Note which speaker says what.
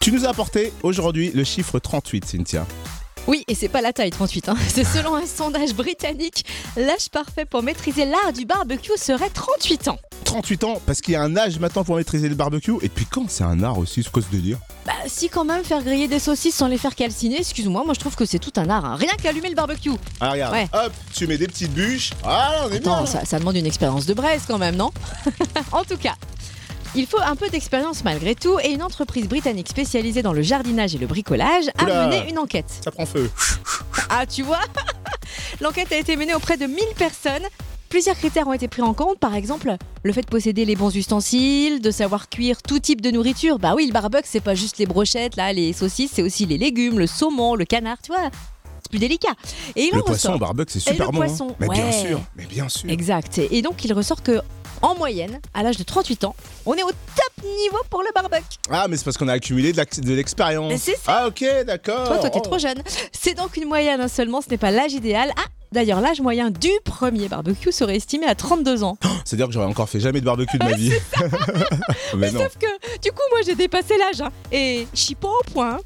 Speaker 1: Tu nous as apporté aujourd'hui le chiffre 38, Cynthia.
Speaker 2: Oui, et c'est pas la taille 38. hein. C'est selon un sondage britannique, l'âge parfait pour maîtriser l'art du barbecue serait 38 ans.
Speaker 1: 38 ans, parce qu'il y a un âge maintenant pour maîtriser le barbecue. Et depuis quand c'est un art aussi, ce cause de dire
Speaker 2: Bah, si quand même faire griller des saucisses sans les faire calciner, excuse-moi, moi je trouve que c'est tout un art. hein. Rien qu'allumer le barbecue.
Speaker 1: Ah, regarde,
Speaker 2: Ouais.
Speaker 1: hop, tu mets des petites bûches. Ah, on est bien.
Speaker 2: Attends, ça, ça demande une expérience de braise quand même, non En tout cas, il faut un peu d'expérience malgré tout et une entreprise britannique spécialisée dans le jardinage et le bricolage a
Speaker 1: Oula.
Speaker 2: mené une enquête.
Speaker 1: Ça prend feu.
Speaker 2: Ah, tu vois L'enquête a été menée auprès de 1000 personnes. Plusieurs critères ont été pris en compte, par exemple le fait de posséder les bons ustensiles, de savoir cuire tout type de nourriture. Bah oui, le barbecue, c'est pas juste les brochettes, là, les saucisses, c'est aussi les légumes, le saumon, le canard, tu vois. C'est plus délicat. Et il en
Speaker 1: Le
Speaker 2: ressort-
Speaker 1: poisson au barbecue, c'est
Speaker 2: Et
Speaker 1: super
Speaker 2: le
Speaker 1: bon. hein.
Speaker 2: poisson,
Speaker 1: Mais bien
Speaker 2: ouais.
Speaker 1: sûr, mais bien sûr.
Speaker 2: Exact. Et donc, il ressort que, en moyenne, à l'âge de 38 ans, on est au top niveau pour le barbecue.
Speaker 1: Ah, mais c'est parce qu'on a accumulé de l'ac- de l'expérience.
Speaker 2: Mais c'est ça.
Speaker 1: Ah, ok, d'accord.
Speaker 2: Toi, toi, t'es
Speaker 1: Oh.
Speaker 2: trop jeune. C'est donc une moyenne hein, seulement, ce n'est pas l'âge idéal. Ah, d'ailleurs, l'âge moyen du premier barbecue serait estimé à 32 ans.
Speaker 1: C'est-à-dire que j'aurais encore fait jamais de barbecue de ma vie. mais non.
Speaker 2: Sauf que, du coup, moi, j'ai dépassé l'âge. hein. Et je suis pas au point.